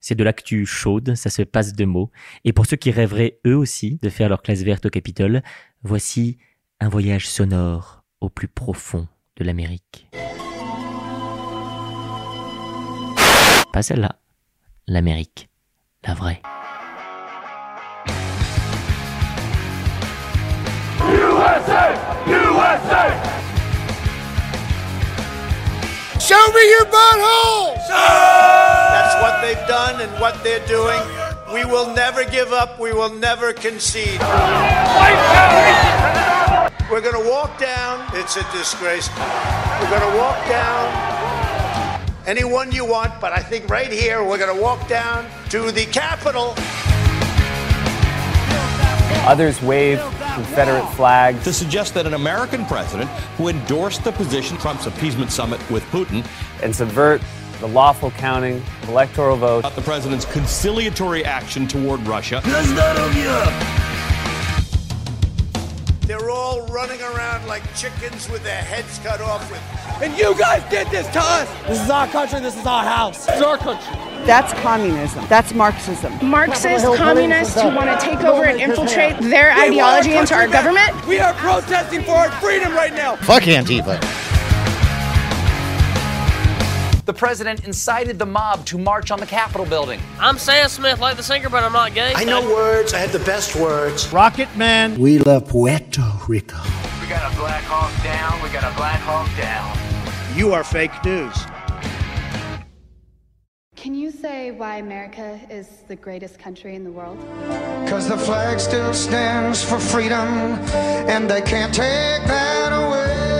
C'est de l'actu chaude, ça se passe de mots. Et pour ceux qui rêveraient eux aussi de faire leur classe verte au Capitole, voici un voyage sonore au plus profond de l'Amérique. Pas celle-là. L'Amérique. La vraie. USA! USA! Show me your butthole! That's what they've done and what they're doing. We will never give up. We will never concede. We're going to walk down. It's a disgrace. We're going to walk down anyone you want, but I think right here we're going to walk down to the Capitol. Others wave Confederate flags. to suggest that an American president who endorsed the position Trump's appeasement summit with Putin and subvert the lawful counting of electoral votes. about the president's conciliatory action toward Russia. They're all running around like chickens with their heads cut off with And you guys did this to us! This is our country, this is our house. It's our country. That's communism. That's Marxism. Marxist communists who want to take over and infiltrate their We want ideology into our country back. government. We are protesting for our freedom right now! Fuck Antifa. The president incited the mob to march on the Capitol building. I'm Sam Smith, like the singer, but I'm not gay. I know words. I have the best words. Rocket Man. We love Puerto Rico. We got a Black Hawk down, we got a Black Hawk down. You are fake news. Can you say why America is the greatest country in the world? Cause the flag still stands for freedom, and they can't take that away.